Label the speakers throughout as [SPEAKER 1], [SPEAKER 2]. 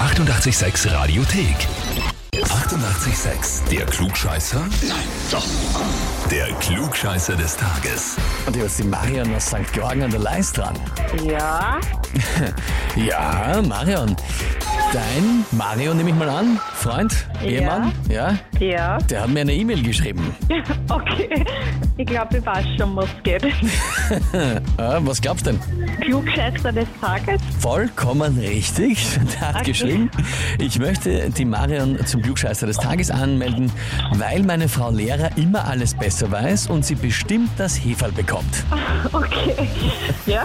[SPEAKER 1] 886 Radiothek. 88,6. Der Klugscheißer? Nein, doch. Der Klugscheißer des Tages.
[SPEAKER 2] Und hier ist die Marion aus St. Georgen an der Leis dran.
[SPEAKER 3] Ja,
[SPEAKER 2] Ja, Marion. Dein Marion, nehme ich mal an, Freund, Ehemann, ja,
[SPEAKER 3] ja,
[SPEAKER 2] der hat mir eine E-Mail geschrieben.
[SPEAKER 3] okay. Ich glaube, ich weiß schon, was geht.
[SPEAKER 2] Äh, was glaubst du denn?
[SPEAKER 3] Klugscheißer des Tages?
[SPEAKER 2] Vollkommen richtig. Der hat
[SPEAKER 3] Okay.
[SPEAKER 2] geschrieben, ich möchte die Marion zum Klugscheißer des Tages anmelden, weil meine Frau Lehrer immer alles besser weiß und sie bestimmt das Heferl bekommt.
[SPEAKER 3] Okay. Ja,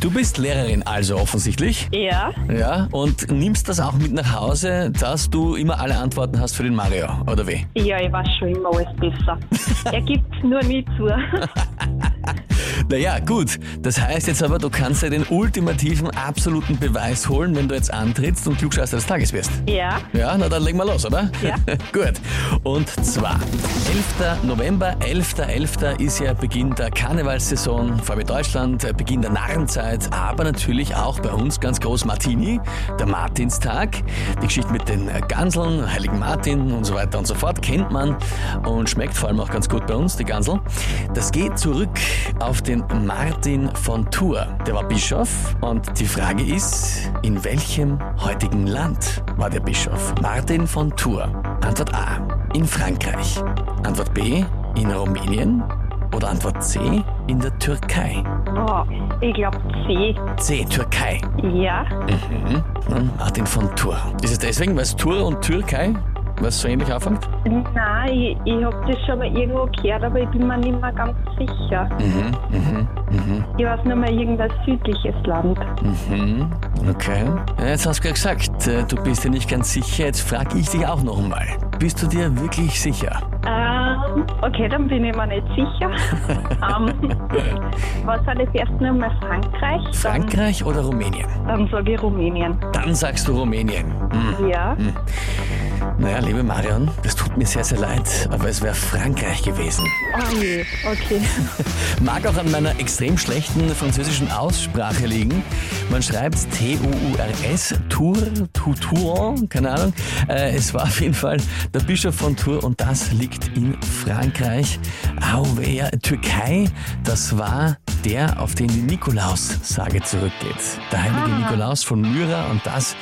[SPEAKER 2] Du bist Lehrerin also offensichtlich.
[SPEAKER 3] ja,
[SPEAKER 2] Ja, und nimmst das auch mit nach Hause, dass du immer alle Antworten hast für den Mario, oder wie?
[SPEAKER 3] ja, ich weiß schon immer alles besser. Er gibt's nur nie zu.
[SPEAKER 2] Naja, gut. Das heißt jetzt aber, du kannst ja den ultimativen, absoluten Beweis holen, wenn du jetzt antrittst und Klugscheißer des Tages wirst.
[SPEAKER 3] Ja,
[SPEAKER 2] Ja, na dann legen wir los, oder?
[SPEAKER 3] Ja.
[SPEAKER 2] Gut. Und zwar, 11. November, 11.11. ist ja Beginn der Karnevalssaison, vor allem in Deutschland, äh, Beginn der Narrenzeit, aber natürlich auch bei uns ganz groß Martini, der Martinstag. Die Geschichte mit den äh, Ganseln, Heiligen Martin und so weiter und so fort kennt man und schmeckt vor allem auch ganz gut bei uns, die Gansel. Das geht zurück auf den Martin von Tours. Der war Bischof und die Frage ist, in welchem heutigen Land war der Bischof Martin von Tours? Antwort A. In Frankreich. Antwort B. In Rumänien. Oder Antwort C. In der Türkei.
[SPEAKER 3] oh, ich glaube C.
[SPEAKER 2] C. Türkei.
[SPEAKER 3] Ja,
[SPEAKER 2] Hm, Martin von Tours. Ist es deswegen, weil es Tours und Türkei, was so ähnlich anfängt?
[SPEAKER 3] nein, ich, ich habe das schon mal irgendwo gehört, aber ich bin mir nicht mehr ganz sicher.
[SPEAKER 2] Mhm, mhm, mhm.
[SPEAKER 3] Ich weiß nur mal irgendein südliches Land.
[SPEAKER 2] Mhm, okay. Ja, Jetzt hast du ja gesagt, äh, du bist dir nicht ganz sicher. Jetzt frage ich dich auch nochmal. Bist du dir wirklich sicher?
[SPEAKER 3] Ähm, okay, dann bin ich mir nicht sicher. ähm, was hat jetzt erst nochmal Frankreich? Dann-
[SPEAKER 2] Frankreich oder Rumänien?
[SPEAKER 3] Dann sage ich Rumänien.
[SPEAKER 2] Dann sagst du Rumänien. Hm.
[SPEAKER 3] Ja.
[SPEAKER 2] Naja, liebe Marion, das tut mir sehr, sehr leid, aber es wäre Frankreich gewesen.
[SPEAKER 3] Oh je, okay.
[SPEAKER 2] Mag auch an meiner extrem schlechten französischen Aussprache liegen. Man schreibt T-U-U-R-S, Tour, Tu- Tour, keine Ahnung. Äh, es war auf jeden Fall der Bischof von Tours und das liegt in Frankreich. Auweia, Türkei, das war der, auf den die Nikolaussage zurückgeht. Der heilige Nikolaus von Myra und das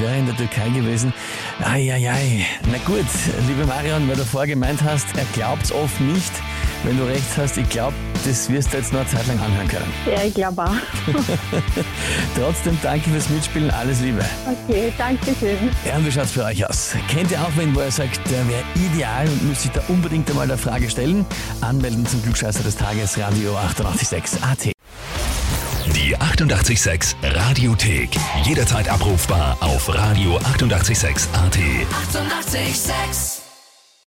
[SPEAKER 2] wäre in der Türkei gewesen. Eieiei. Na gut, liebe Marion, weil du vorher gemeint hast, er glaubt's oft nicht. Wenn du recht hast, ich glaube, das wirst du jetzt noch eine Zeit lang anhören können.
[SPEAKER 3] Ja, ich glaube auch.
[SPEAKER 2] Trotzdem danke fürs Mitspielen, alles Liebe.
[SPEAKER 3] Okay, danke schön.
[SPEAKER 2] Ja, und wie schaut's für euch aus? Kennt ihr auch wen, wo ihr sagt, der wäre ideal und müsst sich da unbedingt einmal der Frage stellen? Anmelden zum Glückscheißer des Tages, Radio 886 AT.
[SPEAKER 1] Die 88,6 Radiothek. Jederzeit abrufbar auf radio886.at. 88,6.
[SPEAKER 4] Eighty-eight, sex.